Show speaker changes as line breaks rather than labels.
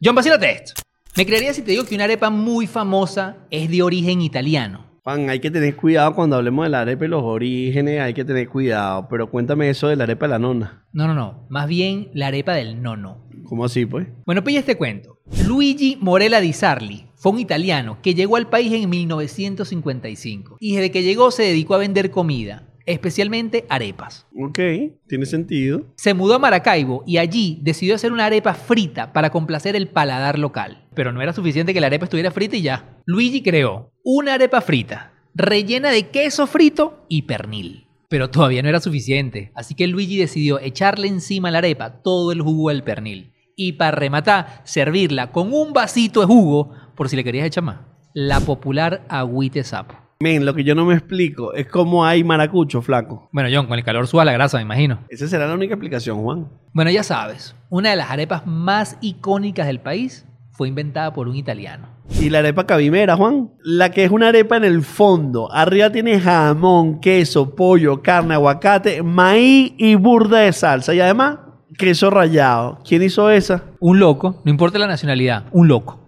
John, vacílate esto. Me creería si te digo que una arepa muy famosa es de origen italiano.
Juan, hay que tener cuidado cuando hablemos de la arepa y los orígenes, hay que tener cuidado. Pero cuéntame eso de la arepa de la nona.
No, no, no. Más bien la arepa del nono.
¿Cómo así, pues?
Bueno, pilla este cuento. Luigi Morella di Sarli fue un italiano que llegó al país en 1955 y desde que llegó se dedicó a vender comida, especialmente arepas.
Ok, tiene sentido.
Se mudó a Maracaibo y allí decidió hacer una arepa frita para complacer el paladar local. Pero no era suficiente que la arepa estuviera frita y ya. Luigi creó una arepa frita, rellena de queso frito y pernil. Pero todavía no era suficiente, así que Luigi decidió echarle encima a la arepa todo el jugo del pernil. Y para rematar, servirla con un vasito de jugo, por si le querías echar más. La popular agüite sapo.
Men, lo que yo no me explico es cómo hay maracucho, flaco.
Bueno, John, con el calor suba la grasa, me imagino.
Esa será la única explicación, Juan.
Bueno, ya sabes, una de las arepas más icónicas del país fue inventada por un italiano.
Y la arepa cabimera, Juan. La que es una arepa en el fondo. Arriba tiene jamón, queso, pollo, carne, aguacate, maíz y burda de salsa. Y además, queso rallado. ¿Quién hizo esa?
Un loco, no importa la nacionalidad, un loco.